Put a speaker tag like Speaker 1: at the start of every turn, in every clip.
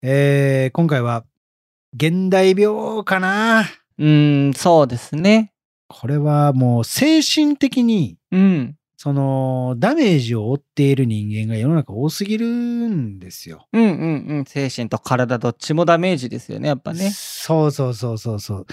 Speaker 1: えー、今回は、現代病かな
Speaker 2: うーん、そうですね。
Speaker 1: これはもう精神的に、
Speaker 2: うん。
Speaker 1: その、ダメージを負っている人間が世の中多すぎるんですよ。
Speaker 2: うんうんうん。精神と体どっちもダメージですよね、やっぱね。
Speaker 1: そうそうそうそうそう。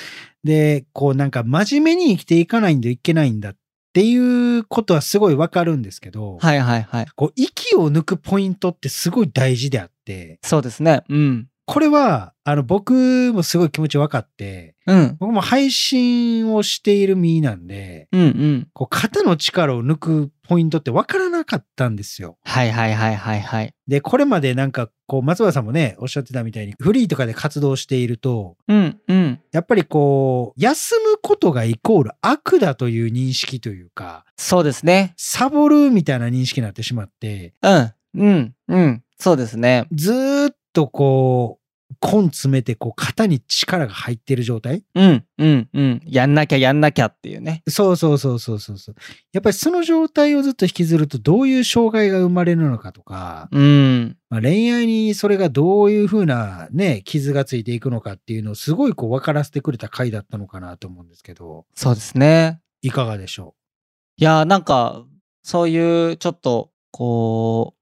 Speaker 1: で、こうなんか真面目に生きていかないんでいけないんだっていうことはすごいわかるんですけど、
Speaker 2: はいはいはい。
Speaker 1: こう息を抜くポイントってすごい大事であって、
Speaker 2: そうですね。うん。
Speaker 1: これは、あの、僕もすごい気持ち分かって、
Speaker 2: うん。
Speaker 1: 僕も配信をしている身なんで、
Speaker 2: うんうん。
Speaker 1: こう肩の力を抜くポイントって分からなかったんですよ。
Speaker 2: はいはいはいはいはい。
Speaker 1: で、これまでなんかこう松原さんもね、おっしゃってたみたいにフリーとかで活動していると、
Speaker 2: うんうん。
Speaker 1: やっぱりこう、休むことがイコール悪だという認識というか、
Speaker 2: そうですね。
Speaker 1: サボるみたいな認識になってしまって、
Speaker 2: うん。うん。うん。そうですね。
Speaker 1: ずーっとこう、根詰めてこう肩に力が入ってる状態
Speaker 2: うんうんうん。やんなきゃやんなきゃっていうね。
Speaker 1: そうそうそうそうそうそう。やっぱりその状態をずっと引きずるとどういう障害が生まれるのかとか、
Speaker 2: うん。
Speaker 1: まあ、恋愛にそれがどういうふうなね、傷がついていくのかっていうのをすごいこう分からせてくれた回だったのかなと思うんですけど、
Speaker 2: そうですね。
Speaker 1: いかがでしょ
Speaker 2: いやーなんかそういうちょっとこう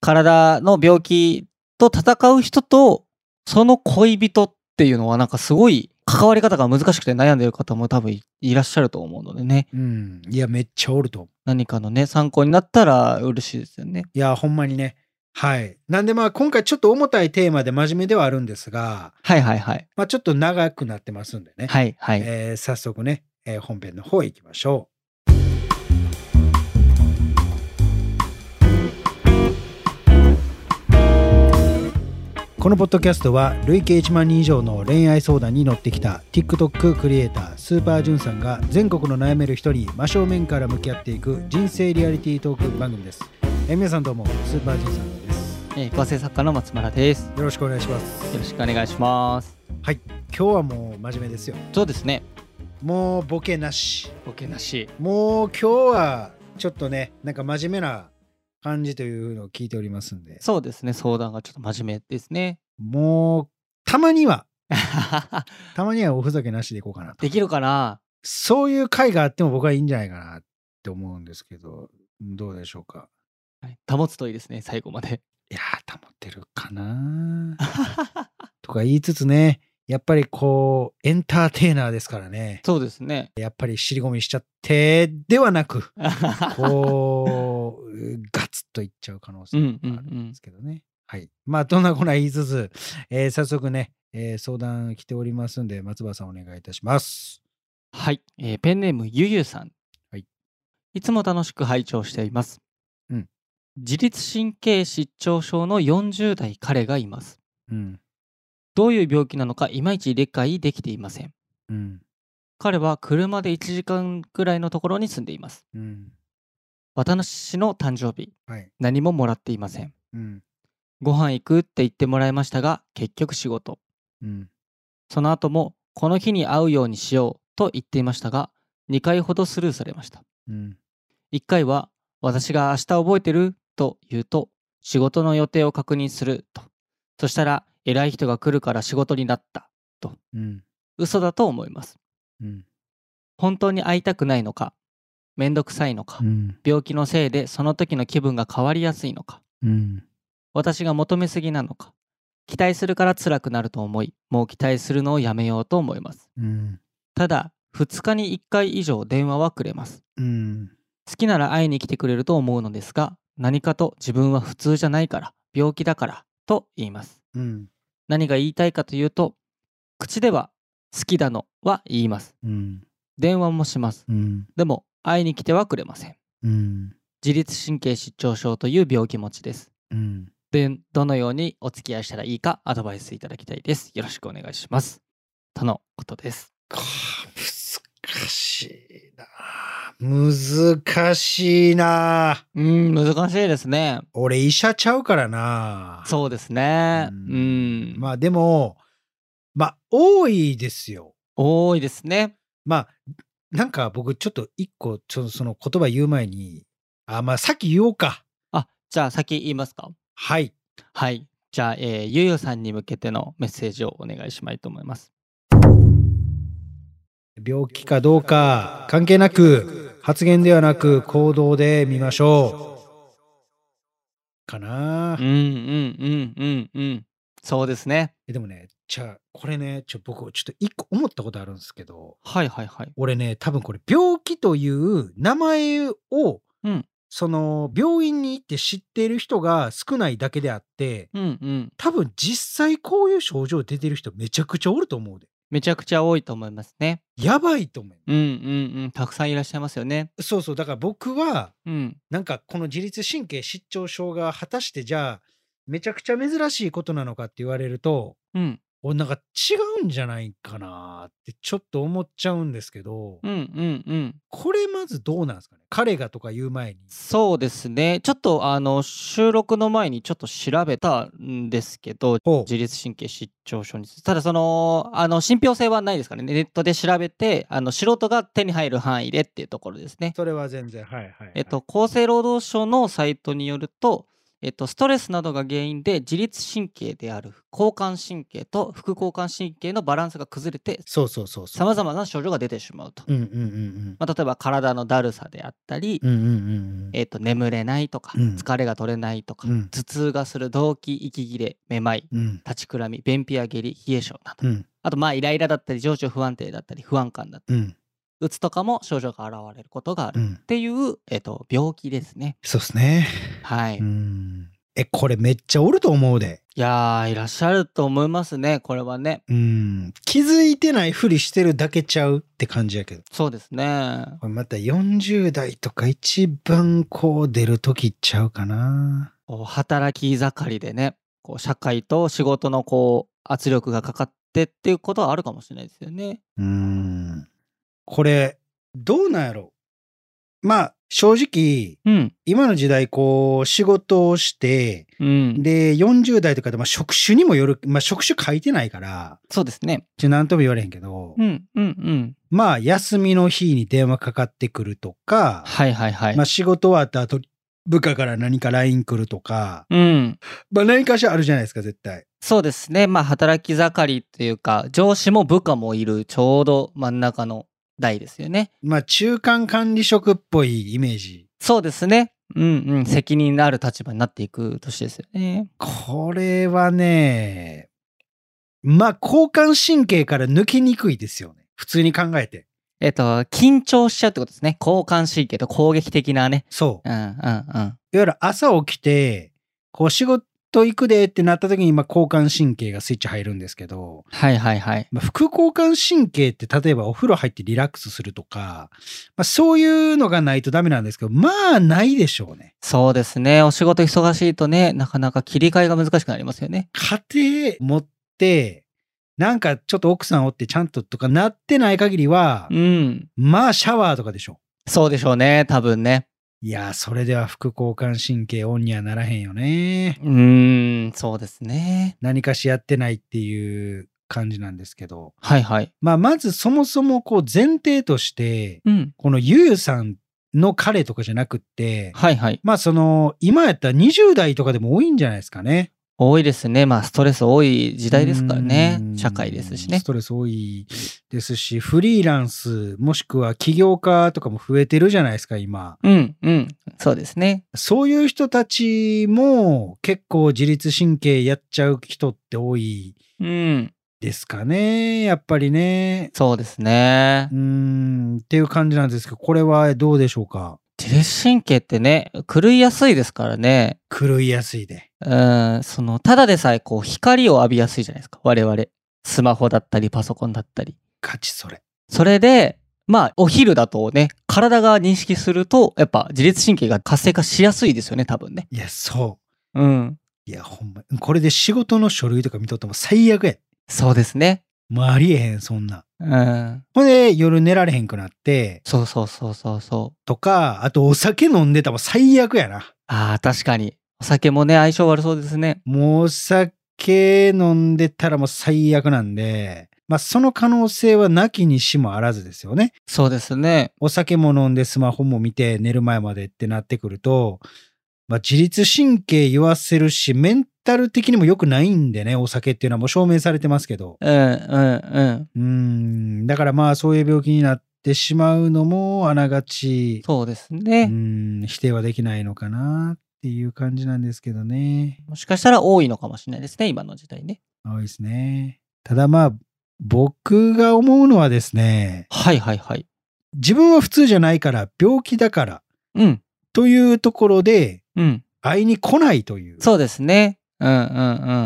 Speaker 2: 体の病気と戦う人とその恋人っていうのはなんかすごい関わり方が難しくて悩んでる方も多分いいらっしゃると思うのでね
Speaker 1: ううん。いや、めっちゃおると思う。
Speaker 2: 何かのね参考になったら嬉しいですよね。
Speaker 1: いや、ほんまにね。はい。なんでまあ今回ちょっと重たいテーマで真面目ではあるんですが、
Speaker 2: はいはいはい
Speaker 1: まあちょっと長くなってますんでね。
Speaker 2: はいはい。
Speaker 1: えー早速ね、えー本編の方へ行きましょう。このポッドキャストは累計1万人以上の恋愛相談に乗ってきた TikTok クリエイタースーパージュンさんが全国の悩める人に真正面から向き合っていく人生リアリティートーク番組です。えー皆さんどうもスーパージュンさんです。
Speaker 2: えー、合成作家の松村です。
Speaker 1: よろしくお願いします。
Speaker 2: よろしくお願いします。
Speaker 1: 今日はもう真面目ですよ。
Speaker 2: そうですね。
Speaker 1: もうボケなし。
Speaker 2: ボケなし。
Speaker 1: もう今日はちょっとね、なんか真面目な感じというのを聞いておりますんで、
Speaker 2: そうですね。相談がちょっと真面目ですね。
Speaker 1: もうたまには、たまにはおふざけなしでいこうかなと。
Speaker 2: できるかな
Speaker 1: そういう回があっても僕はいいんじゃないかなって思うんですけど、どうでしょうか。
Speaker 2: はい保つといいですね。最後まで。
Speaker 1: いやー、保ってるかなとか言いつつね、やっぱりこう、エンターテイナーですからね。
Speaker 2: そうですね。
Speaker 1: やっぱり尻込みしちゃってではなく、こう、ガツッといっちゃう可能性
Speaker 2: う
Speaker 1: が
Speaker 2: んうん
Speaker 1: ある
Speaker 2: うん
Speaker 1: んですけどね。はい。まあ、どんなこんな言いつつ、えー早速ね、えー相談来ておりますんで、松葉さんお願いいたします。
Speaker 2: はい、えーペンネームゆゆさん。
Speaker 1: はい。
Speaker 2: いつも楽しく拝聴しています。
Speaker 1: うん。
Speaker 2: 自律神経失調症の40代彼がいます。
Speaker 1: うん。
Speaker 2: どういう病気なのかいまいち理解できていません。
Speaker 1: うん。
Speaker 2: 彼は車で1時間くらいのところに住んでいます。
Speaker 1: うん。
Speaker 2: 私の誕生日、
Speaker 1: はい。
Speaker 2: 何ももらっていません。
Speaker 1: うん。
Speaker 2: ご飯行くって言ってもらいましたが、結局仕事。
Speaker 1: うん。
Speaker 2: その後も、この日に会うようにしようと言っていましたが、2回ほどスルーされました。
Speaker 1: うん。
Speaker 2: 1回は「私が明日覚えてる?」と言うと仕事の予定を確認するとそしたら偉い人が来るから仕事になった
Speaker 1: うん。
Speaker 2: 嘘だと思います
Speaker 1: うん。
Speaker 2: 本当に会いたくないのかめんどくさいのか
Speaker 1: うん。
Speaker 2: 病気のせいでその時の気分が変わりやすいのか
Speaker 1: うん。
Speaker 2: 私が求めすぎなのか期待するから辛くなると思いもう期待するのをやめようと思います
Speaker 1: うん。
Speaker 2: ただ2日に1回以上電話はくれます
Speaker 1: うん。
Speaker 2: 好きなら会いに来てくれると思うのですが何かと自分は普通じゃないから病気だからと言います
Speaker 1: うん。
Speaker 2: 何が言いたいかというと口では好きだのは言います
Speaker 1: うん。
Speaker 2: 電話もします
Speaker 1: うん。
Speaker 2: でも会いに来てはくれません
Speaker 1: うん。
Speaker 2: 自律神経失調症という病気持ちです
Speaker 1: うん。
Speaker 2: でどのようにお付き合いしたらいいかアドバイスいただきたいですよろしくお願いしますとのことです
Speaker 1: か難しいな難しいな
Speaker 2: うーん難しいですね
Speaker 1: 俺医者ちゃうからな
Speaker 2: そうですね
Speaker 1: う
Speaker 2: うんん
Speaker 1: まあでも、まあ多いですよ。
Speaker 2: 多いですね
Speaker 1: まあ、なんか僕ちょっと一個、ちょその言葉言う前に、あ、まあさっき言おうか。
Speaker 2: あじゃあ先言いますか
Speaker 1: はい。
Speaker 2: はい。じゃあ、えーゆうゆうさんに向けてのメッセージをお願いしまいと思います。
Speaker 1: 病気かどうか関係なく発言ではなく行動で見ましょうかなあ
Speaker 2: うんうんうんうんうん。そうですね。
Speaker 1: えでもねじゃあこれねちょ僕ちょっと一個思ったことあるんですけど
Speaker 2: はいはいはい。
Speaker 1: 俺ね多分これ病気という名前を、
Speaker 2: うん
Speaker 1: その病院に行って知っている人が少ないだけであって
Speaker 2: うんうん。
Speaker 1: 多分実際こういう症状出てる人めちゃくちゃおると思うで
Speaker 2: めちゃくちゃ多いと思いますね。
Speaker 1: やばいと思
Speaker 2: うんうんうん。たくさんいらっしゃいますよね。
Speaker 1: うそうそうだから僕は
Speaker 2: うん。
Speaker 1: なんかこの自律神経失調症が果たしてじゃあめちゃくちゃ珍しいことなのかって言われると
Speaker 2: うん
Speaker 1: 俺なんか違うんじゃないかなってちょっと思っちゃうんですけど、
Speaker 2: うんうんうん。
Speaker 1: これまずどうなんですかね彼がとか言う前に。
Speaker 2: そうですね。ちょっとあの収録の前にちょっと調べたんですけど、
Speaker 1: ほう
Speaker 2: 自律神経失調症についてただそのあの信憑性はないですからねネットで調べてあの素人が手に入る範囲でっていうところですね、
Speaker 1: それは全然はいはい、はい
Speaker 2: えっと、厚生労働省のサイトによると、えっと、ストレスなどが原因で自律神経である交感神経と副交感神経のバランスが崩れて
Speaker 1: そうそうそうそう
Speaker 2: さまざまな症状が出てしまうと、
Speaker 1: うんうんうん
Speaker 2: まあ、例えば体のだるさであったり、
Speaker 1: うんうんうんうん
Speaker 2: えっと、眠れないとか、
Speaker 1: うん
Speaker 2: 疲れが取れないとか、
Speaker 1: うん
Speaker 2: 頭痛がする動悸息切れめまい
Speaker 1: うん
Speaker 2: 立ちくらみ便秘や下痢冷え症など
Speaker 1: うん
Speaker 2: あとまあイライラだったり情緒不安定だったり不安感だった
Speaker 1: うん
Speaker 2: りうつとかも症状が現れることがあ
Speaker 1: う
Speaker 2: るっ
Speaker 1: ん
Speaker 2: ていう、えっと病気ですね。
Speaker 1: そうですね
Speaker 2: はい、
Speaker 1: う
Speaker 2: い
Speaker 1: んえこれめっちゃおると思うで
Speaker 2: やーいらっしゃると思いますねこれはね
Speaker 1: うん気づいてないふりしてるだけちゃうって感じやけど
Speaker 2: そうですね
Speaker 1: これまた40代とか一番こう出る時ちゃうかな
Speaker 2: こう働き盛りでねこう社会と仕事のこう圧力がかかってっていうことはあるかもしれないですよね。
Speaker 1: うんこれどうなんやろまあ正直
Speaker 2: うん、
Speaker 1: 今の時代こう仕事をして
Speaker 2: うん、
Speaker 1: で40代とかで、まあ、職種にもよる、まあ、職種書いてないから
Speaker 2: そうですね。
Speaker 1: ちょ何とも言われへんけど、
Speaker 2: うんうんうん
Speaker 1: まあ休みの日に電話かかってくるとか、
Speaker 2: はいはいはい。
Speaker 1: まあ、仕事終わった後部下から何か LINE 来るとか、
Speaker 2: うん
Speaker 1: まあ、何かしらあるじゃないですか絶対。
Speaker 2: そうですね。まあ、働き盛りというか、上司も部下もいる、ちょうど真ん中の代ですよね。
Speaker 1: まあ中間管理職っぽいイメージ。
Speaker 2: そうですね。うんうん。責任のある立場になっていく年ですよね。
Speaker 1: これはね、まあ交感神経から抜けにくいですよね。普通に考えて。
Speaker 2: えっと、緊張しちゃうってことですね。交感神経と攻撃的なね。
Speaker 1: そう。
Speaker 2: うんうんうん。
Speaker 1: いわゆる朝起きて、こう仕事行くでってなった時に、まあ交感神経がスイッチ入るんですけど、
Speaker 2: はいはいはい。
Speaker 1: まあ、副交感神経って例えばお風呂入ってリラックスするとか、まあ、そういうのがないとダメなんですけどまあないでしょうね。
Speaker 2: そうですね。お仕事忙しいとね、なかなか切り替えが難しくなりますよね。
Speaker 1: 家庭持ってなんかちょっと奥さんおってちゃんととかなってない限りは
Speaker 2: う、ん。
Speaker 1: まあシャワーとかでしょ。
Speaker 2: そうでしょうね。多分ね。
Speaker 1: いやーそれでは副交感神経オンにはならへんよね。
Speaker 2: うーん、そうですね。
Speaker 1: 何かしやってないっていう感じなんですけど、
Speaker 2: はいはい。
Speaker 1: まあ、まずそもそもこう前提として
Speaker 2: うん。
Speaker 1: このゆうさんの彼とかじゃなくって、
Speaker 2: はいはい。
Speaker 1: まあその今やったら20代とかでも多いんじゃないですかね。
Speaker 2: 多いですね。まあ、ストレス多い時代ですからね
Speaker 1: う。ん
Speaker 2: 社会ですしね
Speaker 1: ス。トレス多いですしフリーランスもしくは起業家とかも増えてるじゃないですか今。
Speaker 2: うん、うん。そうですね。
Speaker 1: そういう人たちも結構自律神経やっちゃう人って多い
Speaker 2: うん。
Speaker 1: ですかねやっぱりね。
Speaker 2: そうですね
Speaker 1: う。んっていう感じなんですけどこれはどうでしょうか
Speaker 2: 自律神経ってね、狂いやすいですからね。
Speaker 1: 狂いやすいで。
Speaker 2: うん、その、ただでさえこう、光を浴びやすいじゃないですか。我々。スマホだったり、パソコンだったり。
Speaker 1: ガチそれ。
Speaker 2: それで、まあ、お昼だとね、体が認識すると、やっぱ自律神経が活性化しやすいですよね、多分ね。
Speaker 1: いやそう。
Speaker 2: うん。
Speaker 1: いやほんまこれで仕事の書類とか見とっても最悪や。
Speaker 2: そうですね。
Speaker 1: もうありえへん、そんな。
Speaker 2: うん。
Speaker 1: ほんで、夜寝られへんくなって、
Speaker 2: そうそうそうそうそう。
Speaker 1: とか、あとお酒飲んでたも最悪やな。
Speaker 2: ああ、確かに。お酒もね、相性悪そうですね。
Speaker 1: もうお酒飲んでたらもう最悪なんで、まあその可能性はなきにしもあらずですよね。
Speaker 2: そうですね。
Speaker 1: お酒も飲んでスマホも見て寝る前までってなってくると、まあ、自律神経言わせるし、メンタル的にも良くないんでね、お酒っていうのはもう証明されてますけど。
Speaker 2: うんうんうん。
Speaker 1: うーん、だからまあそういう病気になってしまうのもあながち、
Speaker 2: そうです
Speaker 1: う
Speaker 2: ね。
Speaker 1: ん、否定はできないのかなっていう感じなんですけどね。
Speaker 2: もしかしたら多いのかもしれないですね、今の時代ね。
Speaker 1: 多いですね。ただまあ、僕が思うのはですね、
Speaker 2: はいはいはい。
Speaker 1: 自分は普通じゃないから、病気だから、
Speaker 2: うん。
Speaker 1: というところで、
Speaker 2: うん。
Speaker 1: 会いに来ないという。
Speaker 2: そうですね。うんうんう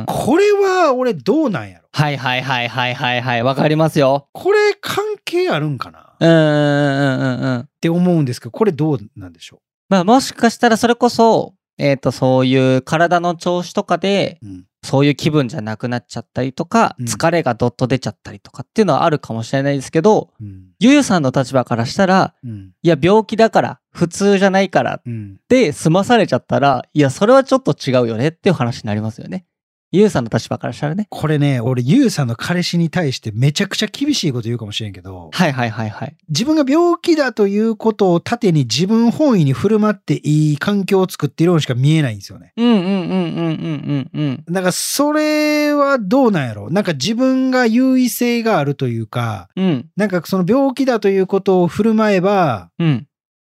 Speaker 2: ん。
Speaker 1: これは俺どうなんやろ
Speaker 2: はいはいはいはいはいはい。わかりますよ。
Speaker 1: これ関係あるんかなっ
Speaker 2: うんうんうんうんうん。
Speaker 1: て思うんですけど、これどうなんでしょ
Speaker 2: まあもしかしたらそれこそ、えっ、と、そういう体の調子とかで、
Speaker 1: う、うん、
Speaker 2: そういう気分じゃなくなっちゃったりとか、
Speaker 1: うん
Speaker 2: 疲れがどっと出ちゃったりとかっていうのはあるかもしれないですけど、
Speaker 1: うん。
Speaker 2: ゆうゆうさんの立場からしたら、
Speaker 1: うん。
Speaker 2: いや、病気だから、普通じゃないからっ
Speaker 1: うん。
Speaker 2: て済まされちゃったら、いや、それはちょっと違うよねっていう話になりますよね。ゆうさんの立場からしたらね。
Speaker 1: これね、俺、ゆうさんの彼氏に対してめちゃくちゃ厳しいこと言うかもしれんけど、
Speaker 2: はいはいはいはい。
Speaker 1: 自分が病気だということを盾に自分本位に振る舞っていい環境を作っているようにしか見えないんですよね。
Speaker 2: うんうんうんうんうんうんうん。
Speaker 1: だから、それはどうなんやろなんか自分が優位性があるというか、
Speaker 2: うん
Speaker 1: なんかその病気だということを振る舞えば、
Speaker 2: うん。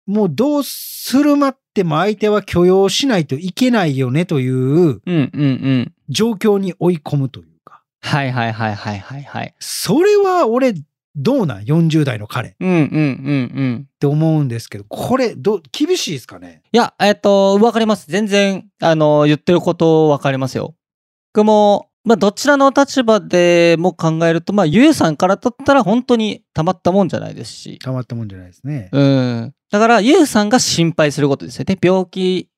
Speaker 1: もうどうするまっても相手は許容しないといけないよねという
Speaker 2: うんうんうん。
Speaker 1: 状況に追い込むというか。
Speaker 2: はいはいはいはいはいはい。
Speaker 1: それは俺、どうなん ?40 代の彼。
Speaker 2: うんうんうんうん。
Speaker 1: って思うんですけど、これ、どう、厳しいですかね
Speaker 2: いや、えっ、と、わかります。全然、あの、言ってることわかりますよ。僕も、まあ、どちらの立場でも考えると、まあ、ゆうさんからだったら本当にたまったもんじゃないですし。
Speaker 1: たまったもんじゃないですね。
Speaker 2: うん。だから、ゆうさんが心配することですよね。病気、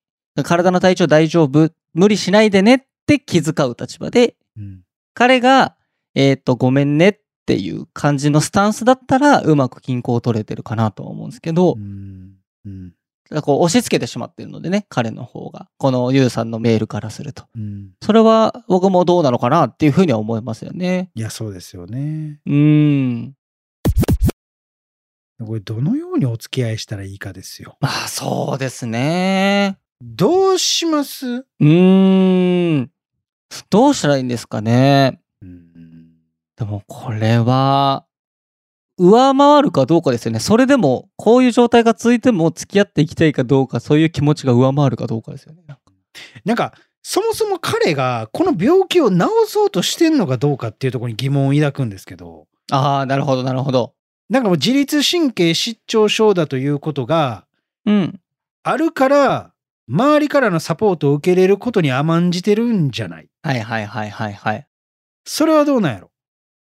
Speaker 2: 体の体調大丈夫、無理しないでねって気遣う立場で、
Speaker 1: うん。
Speaker 2: 彼が、えっ、と、ごめんねっていう感じのスタンスだったら、うまく均衡を取れてるかなとは思うんですけど
Speaker 1: う、ん。うん。
Speaker 2: だからこう押し付けてしまってるのでね、彼の方が。このゆうさんのメールからすると。
Speaker 1: うん。
Speaker 2: それは僕もどうなのかなっていうふうには思いますよね。
Speaker 1: いや、そうですよね。
Speaker 2: うーん。
Speaker 1: これ、どのようにお付き合いしたらいいかですよ。
Speaker 2: まあそうですね。
Speaker 1: どうします
Speaker 2: うーん。どうしたらいいんですかね。
Speaker 1: うん。
Speaker 2: でもこれは、上回るかどうかですよね。それでも、こういう状態が続いても付き合っていきたいかどうか、そういう気持ちが上回るかどうかですよね。
Speaker 1: なんか、そもそも彼がこの病気を治そうとしてんのかどうかっていうところに疑問を抱くんですけど、
Speaker 2: ああ、なるほど、なるほど。
Speaker 1: なんかもう自律神経失調症だということが
Speaker 2: うん。
Speaker 1: あるから、周りからのサポートを受け入れることに甘んじてるんじゃない
Speaker 2: はいはいはいはいはい。
Speaker 1: それはどうなんやろ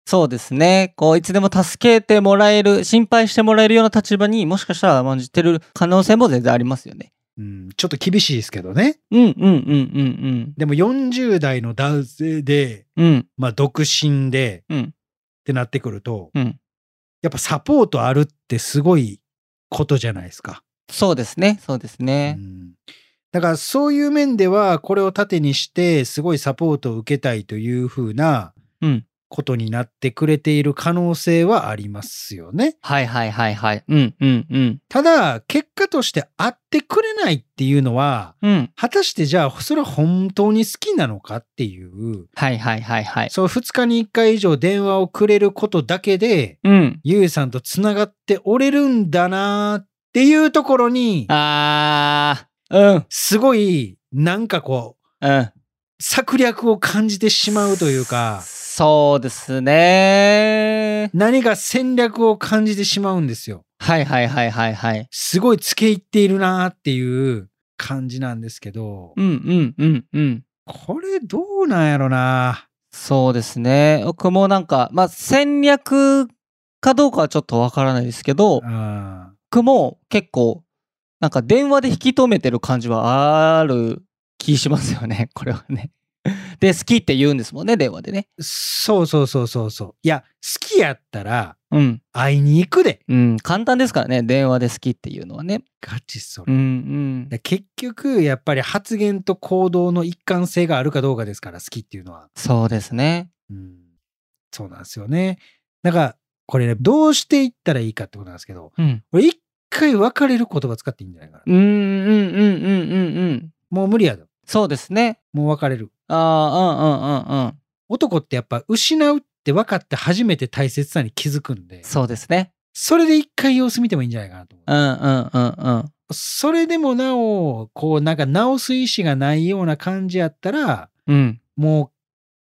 Speaker 2: そうですね。こう、いつでも助けてもらえる、心配してもらえるような立場にもしかしたら甘んじてる可能性も全然ありますよね。
Speaker 1: うん、ちょっと厳しいですけどね。
Speaker 2: うんうんうんうん
Speaker 1: でも40代の男性で、
Speaker 2: うん。うん
Speaker 1: まあ独身で、
Speaker 2: うん
Speaker 1: ってなってくると、
Speaker 2: うん。
Speaker 1: やっぱサポートあるってすごいことじゃないですか。
Speaker 2: そうですね。そうですね
Speaker 1: う。んだからそういう面では、これを盾にして、すごいサポートを受けたいというふうな
Speaker 2: うん。
Speaker 1: ことになってくれている可能性はありますよね。
Speaker 2: はいはいはいはい。うんうんうん。
Speaker 1: ただ、結果として会ってくれないっていうのは、
Speaker 2: うん。
Speaker 1: 果たしてじゃあ、それは本当に好きなのかっていう、
Speaker 2: はいはいはいはい。
Speaker 1: そう、2日に1回以上電話をくれることだけで、
Speaker 2: うん。
Speaker 1: ゆうさんと繋がっておれるんだなーっていうところに、
Speaker 2: あー。うん。
Speaker 1: すごい、なんかこう、
Speaker 2: うん。
Speaker 1: 策略を感じてしまうというか、
Speaker 2: そうですね。
Speaker 1: 何か戦略を感じてしまうんですよ。
Speaker 2: はいはいはいはいはい。
Speaker 1: すごい付け入っているなーっていう感じなんですけど
Speaker 2: う、んうんうんうん。
Speaker 1: これどうなんやろな
Speaker 2: そうですね。僕もなんか、まあ、戦略かどうかはちょっとわからないですけど、
Speaker 1: あ
Speaker 2: 僕も結構、なんか電話で引き止めてる感じはある気しますよね、こ れはね。で、好きって言うんですもんね、電話でね。
Speaker 1: そうそうそうそうそう。いや、好きやったら
Speaker 2: うん。
Speaker 1: 会いに行くで。
Speaker 2: うん。簡単ですからね、電話で好きっていうのはね。
Speaker 1: ガチそれ
Speaker 2: うんうん。
Speaker 1: で結局やっぱり発言と行動の一貫性があるかどうかですから好きっていうのは、
Speaker 2: そうですね。
Speaker 1: うん、そうなんですよねだからこれねどうしていったらいいかってことなんですけど
Speaker 2: うん。
Speaker 1: これ一回別れる言葉使っていいんじゃないかな、
Speaker 2: うんうんうんうんうんうん。
Speaker 1: もう無理やと。
Speaker 2: そうですね。
Speaker 1: もう別れる。
Speaker 2: ああ、うんうんうんうん。
Speaker 1: 男ってやっぱ失うって分かって初めて大切さに気づくんで、
Speaker 2: そうですね。
Speaker 1: それで一回様子見てもいいんじゃないかなと思う。
Speaker 2: うんうんうんうん。
Speaker 1: それでもなお、こうなんか直す意思がないような感じやったら、
Speaker 2: うん。
Speaker 1: も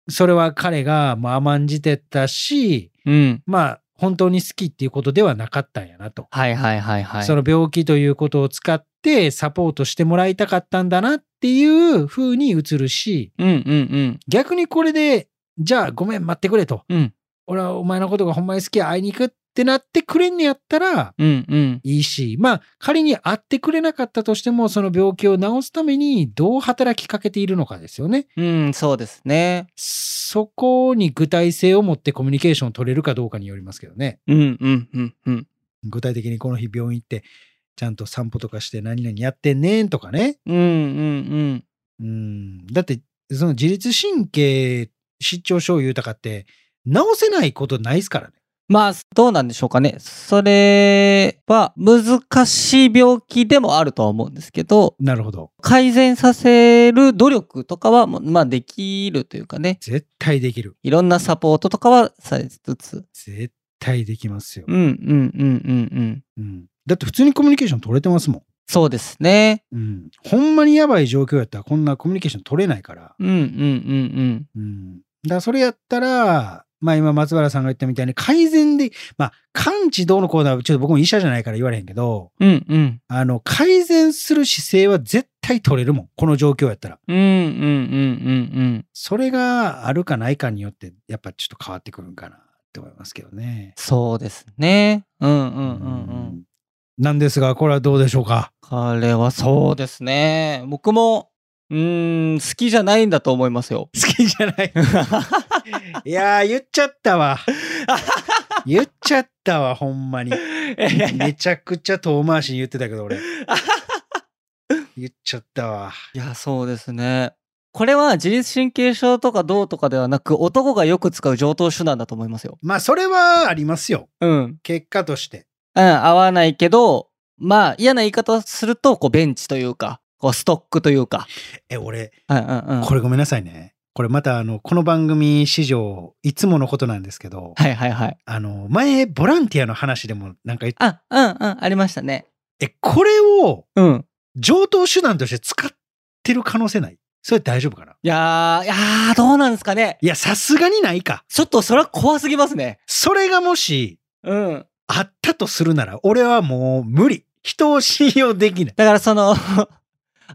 Speaker 1: う、それは彼がもう甘んじてたし、
Speaker 2: うん。
Speaker 1: まあ、本当に好きっていうことではなかったんやなと。
Speaker 2: はいはいはいはい。
Speaker 1: その病気ということを使ってサポートしてもらいたかったんだなっていう風に映るし、
Speaker 2: うんうんうん。
Speaker 1: 逆にこれで、じゃあごめん待ってくれと。
Speaker 2: うん
Speaker 1: 俺はお前のことがほんまに好きや会いに行くってなってくれんのやったら、
Speaker 2: うんうん。
Speaker 1: いいし、まあ仮に会ってくれなかったとしても、その病気を治すためにどう働きかけているのかですよね。
Speaker 2: うん、そうですね。
Speaker 1: そこに具体性を持ってコミュニケーションを取れるかどうかによりますけどね。
Speaker 2: うんうんうんうん。
Speaker 1: 具体的にこの日病院行って、ちゃんと散歩とかして何々やってんねんとかね。
Speaker 2: うんうん
Speaker 1: うん。だって、その自律神経失調症いうたかって、治せないことないですからね。
Speaker 2: まあ、どうなんでしょうかね。それは難しい病気でもあるとは思うんですけど、
Speaker 1: なるほど。
Speaker 2: 改善させる努力とかはもう、まあできるというかね、
Speaker 1: 絶対できる。
Speaker 2: いろんなサポートとかはされつつ。
Speaker 1: 絶対できますよ
Speaker 2: う。んうんうんうんうん。
Speaker 1: うん。だって普通にコミュニケーション取れてますもん。
Speaker 2: そうですね。
Speaker 1: うん、ほんまにやばい状況やったらこんなコミュニケーション取れないから、
Speaker 2: うんうんうん
Speaker 1: うん、だからそれやったらまあ今松原さんが言ったみたいに改善でまあ完治どうのこうだちょっと僕も医者じゃないから言われへんけど
Speaker 2: うん。うんうん。
Speaker 1: あの改善する姿勢は絶対取れるもんこの状況やったら
Speaker 2: うんうんうんうん。
Speaker 1: それがあるかないかによってやっぱちょっと変わってくるんかなって思いますけどね
Speaker 2: そうですね。うんうんうんう。
Speaker 1: うんんなんですがこれはどうでしょうか。
Speaker 2: 彼はそうですね。僕も、うーん、好きじゃないんだと思いますよ
Speaker 1: 好きじゃないいやー言っちゃったわ言っちゃったわほんまにめちゃくちゃ遠回しに言ってたけど俺言っちゃったわ
Speaker 2: いや、そうですね。これは自律神経症とかどうとかではなく、男がよく使う上等手段だと思いますよ。
Speaker 1: まあそれはありますよ
Speaker 2: うん。うん、
Speaker 1: 結果として
Speaker 2: 合わないけど、まあ、嫌な言い方をすると、こう、ベンチというか、こう、ストックというか。
Speaker 1: え俺
Speaker 2: うんうんうん。
Speaker 1: これごめんなさいねこれまたあのこの番組史上いつものことなんですけど
Speaker 2: はいはいはい。
Speaker 1: あの前ボランティアの話でもなんか言っ
Speaker 2: あ、うんうん、ありましたね。
Speaker 1: えこれを
Speaker 2: うん。
Speaker 1: 上等手段として使ってる可能性ないそれ大丈夫かない
Speaker 2: やー、いやー、どうなんですかね。
Speaker 1: いやさすがにないか
Speaker 2: ちょっとそれは怖すぎますね。
Speaker 1: それがもし
Speaker 2: うん。
Speaker 1: あったとするなら俺はもう無理人を信用できない
Speaker 2: だからその、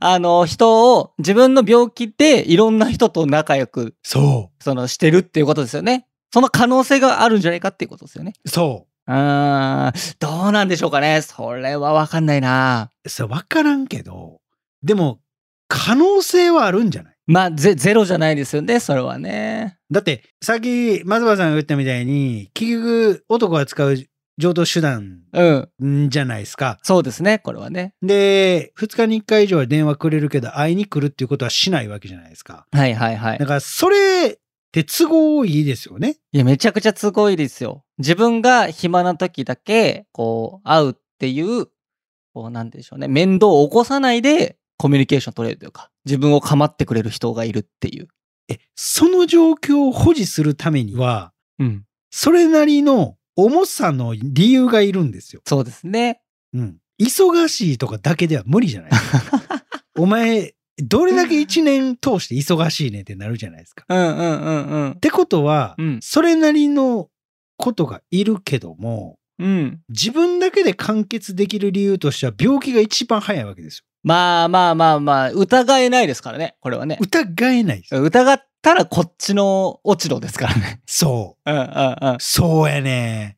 Speaker 2: あの、人を自分の病気でいろんな人と仲良く、
Speaker 1: そう
Speaker 2: その、してるっていうことですよね。その可能性があるんじゃないかっていうことですよね。
Speaker 1: そう
Speaker 2: ーん、どうなんでしょうかね。それはわかんないな。
Speaker 1: う。さ、わからんけど、でも、可能性はあるんじゃない
Speaker 2: まあ、ゼゼロじゃないですよね、それはね。
Speaker 1: だって、さっき、松葉さんが言ったみたいに、結局、男が使う上等手段
Speaker 2: うん、
Speaker 1: んじゃないですか。
Speaker 2: そうですね、これはね。
Speaker 1: で、2日に1回以上は電話くれるけど、会いに来るっていうことはしないわけじゃないですか。
Speaker 2: はいはいはい
Speaker 1: だ。から、それって都合いいですよね。
Speaker 2: いや、めちゃくちゃ都合いいですよ。自分が暇な時だけ、こう、会うっていう、こう、なんて言うんでしょうね。面倒を起こさないで、コミュニケーション取れるというか、自分を構ってくれる人がいるっていう。
Speaker 1: え、その状況を保持するためには、
Speaker 2: うん。
Speaker 1: それなりの重さの理由がいるんですよ。
Speaker 2: そうですね。
Speaker 1: うん。忙しいとかだけでは無理じゃない お前、どれだけ一年通して忙しいねんってなるじゃないですか。っ
Speaker 2: うんうんうんうん。
Speaker 1: てことは、
Speaker 2: うん
Speaker 1: それなりのことがいるけども、
Speaker 2: うん。
Speaker 1: 自分だけで完結できる理由としては病気が一番早いわけですよ。
Speaker 2: まあまあまあまあ、疑えないですからね、これはね。
Speaker 1: 疑えないです。
Speaker 2: 疑ったらこっちの落ち度ですからね。
Speaker 1: そ
Speaker 2: うんうん
Speaker 1: う。そうやね。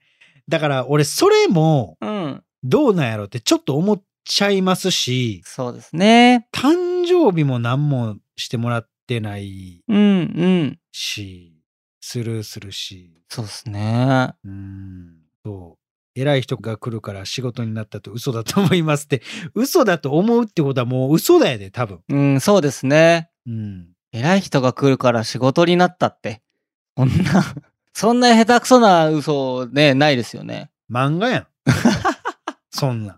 Speaker 1: だから俺、それも
Speaker 2: うん。うん。
Speaker 1: どうなんやろってちょっと思っちゃいますし、
Speaker 2: そうですね。
Speaker 1: 誕生日も何もしてもらってない
Speaker 2: うんうん。
Speaker 1: し、スルーするし、
Speaker 2: そうですね。
Speaker 1: うーん、そう。偉い人が来るから仕事になったと嘘だと思いますって、嘘だと思うってことはもう嘘だよね、多分。
Speaker 2: うん、そうですね。
Speaker 1: うん。
Speaker 2: 偉い人が来るから仕事になったって。そんな、 そんな下手くそな嘘ね、ないですよね。
Speaker 1: 漫画やん。そんなん。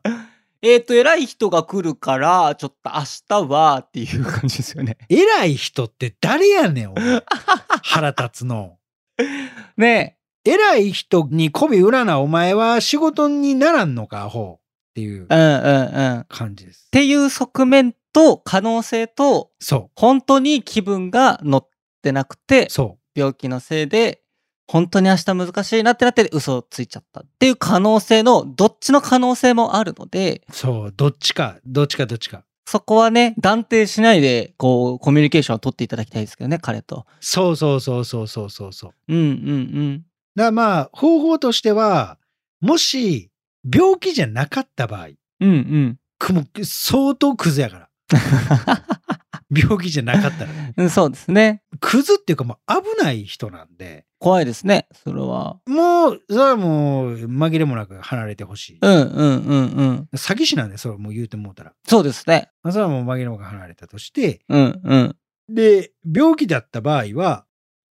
Speaker 2: えっ、と、偉い人が来るから、ちょっと明日はっていう感じですよね。
Speaker 1: 偉い人って誰やねん、お前腹立つの。
Speaker 2: ね
Speaker 1: 偉い人に媚び売らな、お前は仕事にならんのか、アホ。っていう
Speaker 2: え。うんうんうん。っ
Speaker 1: 感じです。
Speaker 2: ていう側面と可能性と、
Speaker 1: そ
Speaker 2: 本当に気分が乗ってなくて
Speaker 1: う。、そ
Speaker 2: 病気のせいで、本当に明日難しいなってなって嘘をついちゃったっていう可能性の、どっちの可能性もあるので、
Speaker 1: う。そう。どっちか、どっちかどっちか。
Speaker 2: そこはね、断定しないで、こう、コミュニケーションを取っていただきたいですけどね、彼と。
Speaker 1: そうそうそうそうそうそうそう。
Speaker 2: うんうん
Speaker 1: だからまあ、方法としては、もし、病気じゃなかった場合、
Speaker 2: うん。うんうん。
Speaker 1: くも相当クズやから。病気じゃなか ったら。
Speaker 2: うん、そうですね。
Speaker 1: クズっていうかもう危ない人なんで、
Speaker 2: 怖いですね、それは。
Speaker 1: もう、それはもう、紛れもなく離れてほしい。
Speaker 2: うんうんうんうん。
Speaker 1: 詐欺師なんで、それはもう言うてもうたら。
Speaker 2: そうですね。
Speaker 1: まあそれはもう紛れもなく離れたとして、
Speaker 2: うんうん。
Speaker 1: で、病気だった場合は、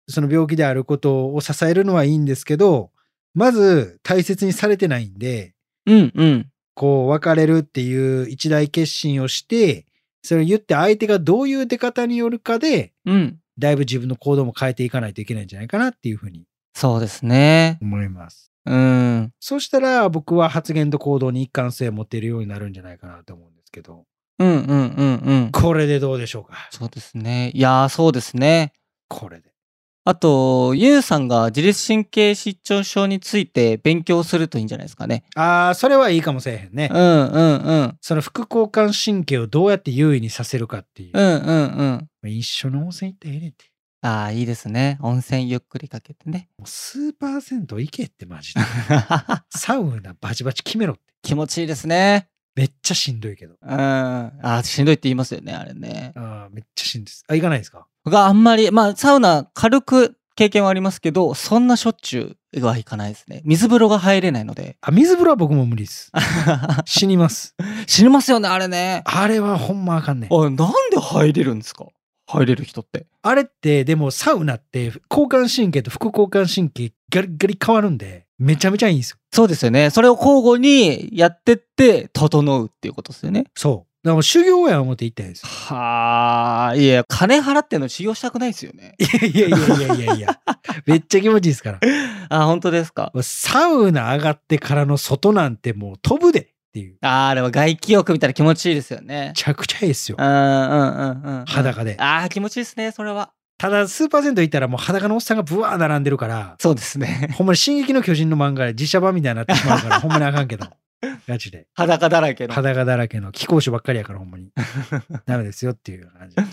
Speaker 1: その病気であることを支えるのはいいんですけど、まず大切にされてないんで、
Speaker 2: うんうん。
Speaker 1: こう別れるっていう一大決心をして、それを言って相手がどういう出方によるかで、
Speaker 2: うん。
Speaker 1: だいぶ自分の行動も変えていかないといけないんじゃないかなっていうふうに
Speaker 2: そうですね。
Speaker 1: 思います。
Speaker 2: うん。
Speaker 1: そうしたら僕は発言と行動に一貫性を持てるようになるんじゃないかなと思うんですけど、
Speaker 2: うんうんうんうん。
Speaker 1: これでどうでしょうか
Speaker 2: そうですね。いやー、そうですね。
Speaker 1: これで。
Speaker 2: あと、ゆうさんが自律神経失調症について勉強するといいんじゃないですかね。
Speaker 1: ああ、それはいいかもしれへんね
Speaker 2: う。んうんうん。
Speaker 1: その副交感神経をどうやって優位にさせるかっていう。
Speaker 2: うんうんうん。
Speaker 1: 一緒の温泉行ったらええねんて。
Speaker 2: ああ、いいですね。温泉ゆっくりかけてね。
Speaker 1: もう数パーセント行けってマジで。サウナバチバチ決めろって。
Speaker 2: 気持ちいいですね。
Speaker 1: めっちゃしんどいけど。
Speaker 2: うん。ああ、しんどいって言いますよね、あれね。
Speaker 1: あーめっちゃしんどいです。あ、行かないですか
Speaker 2: があんまり、まあ、サウナ軽く経験はありますけど、そんなしょっちゅうはいかないですね。水風呂が入れないので。
Speaker 1: あ、水風呂は僕も無理です。死にます。
Speaker 2: 死にますよね、あれね。
Speaker 1: あれはほんまあかんねん。
Speaker 2: おい、なんで入れるんですか入れる人って。
Speaker 1: あれって、でもサウナって交感神経と副交感神経ガリガリ変わるんで、めちゃめちゃいいんですよ。
Speaker 2: そうですよね。それを交互にやってって、整うっていうことですよね。
Speaker 1: そう。だからもう修行や思って行ったんですよ。
Speaker 2: はあ、いや、金払ってんの使用したくないですよね。
Speaker 1: いやいやいやいやいやいや。めっちゃ気持ちいいですから。
Speaker 2: あ、本当ですか。
Speaker 1: サウナ上がってからの外なんてもう飛ぶでっていう。め
Speaker 2: あーあれは外気浴みたいな気持ちいいですよ ね。
Speaker 1: ちゃくちゃいいですよ
Speaker 2: う。んうんうんうん。
Speaker 1: 裸で。
Speaker 2: ああ、気持ちいいですね、それは。
Speaker 1: ただ、数パーセントいったらもう裸のおっさんがブワー並んでるから、
Speaker 2: そうですね。
Speaker 1: ほんまに進撃の巨人の漫画で自社版みたいになってしまうから、ほんまにあかんけど。ガチで。
Speaker 2: 裸だらけの。
Speaker 1: 裸だらけの貴公子ばっかりやから、ほんまに。ダメですよっていう感じ。
Speaker 2: あ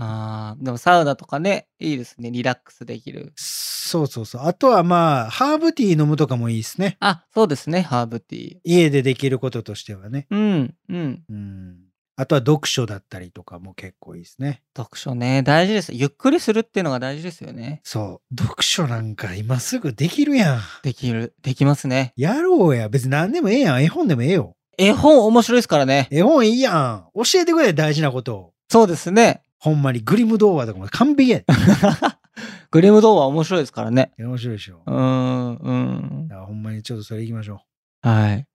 Speaker 2: あ、でもサウナとかね、いいですね。リラックスできる。
Speaker 1: そうそうそう。あとはまあ、ハーブティー飲むとかもいいですね。
Speaker 2: あ、そうですね、ハーブティー。
Speaker 1: 家でできることとしてはね。
Speaker 2: うん、うん。
Speaker 1: うん。あとは読書だったりとかも結構いいですね。
Speaker 2: 読書ね、大事です。ゆっくりするっていうのが大事ですよね。
Speaker 1: そう。読書なんか今すぐできるやん。
Speaker 2: できる、できますね。
Speaker 1: やろうや。別に何でもええやん。絵本でもええよ。
Speaker 2: 絵本面白いですからね。
Speaker 1: 絵本いいやん。教えてくれ、大事なことを。
Speaker 2: そうですね。
Speaker 1: ほんまに、グリム童話とかも完璧やで。
Speaker 2: グリム童話面白いですからね。
Speaker 1: 面白いでしょ。
Speaker 2: うーん、うん
Speaker 1: だ。からほんまにちょっとそれ行きましょ
Speaker 2: は
Speaker 1: う。は
Speaker 2: い。
Speaker 1: い。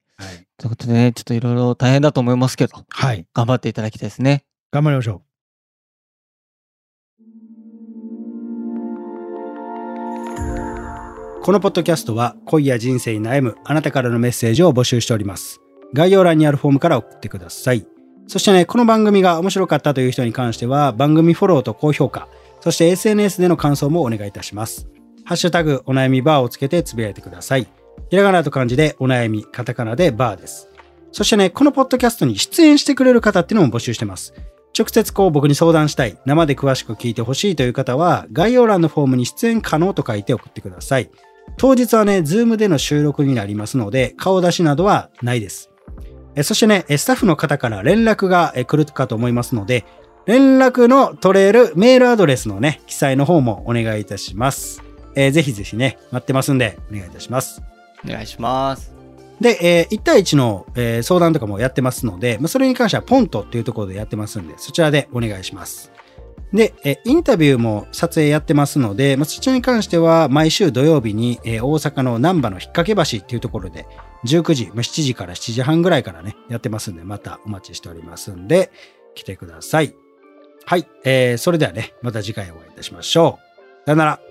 Speaker 2: ということでね、ちょっといろいろ大変だと思いますけど、
Speaker 1: はい。
Speaker 2: 頑張っていただきたいですね。
Speaker 1: 頑張りましょう。このポッドキャストは恋や人生に悩むあなたからのメッセージを募集しております。概要欄にあるフォームから送ってください。そしてね、この番組が面白かったという人に関しては番組フォローと高評価、そして SNS での感想もお願いいたします。ハッシュタグお悩みバーをつけてつぶやいてください。ひらがなと漢字でお悩み、カタカナでバーです。そしてね、このポッドキャストに出演してくれる方っていうのも募集してます。直接こう僕に相談したい、生で詳しく聞いてほしいという方は、概要欄のフォームに出演可能と書いて送ってください。当日はね、ズームでの収録になりますので、顔出しなどはないです。えそしてね、えスタッフの方から連絡がえ来るかと思いますので、連絡の取れるメールアドレスのね、記載の方もお願いいたします。えーぜひぜひね、待ってますんで、お願いいたします。
Speaker 2: お願いします。
Speaker 1: で、えー1対1の、えー相談とかもやってますので、まあ、それに関してはポントっていうところでやってますんで、そちらでお願いします。で、えインタビューも撮影やってますので、まあ、そちらに関しては毎週土曜日に、えー大阪の難波の引っ掛け橋っていうところで、19時、まあ、7時から7時半ぐらいからね、やってますんで、またお待ちしておりますんで、来てください。はい、えーそれではね、また次回お会いいたしましょう。さよなら。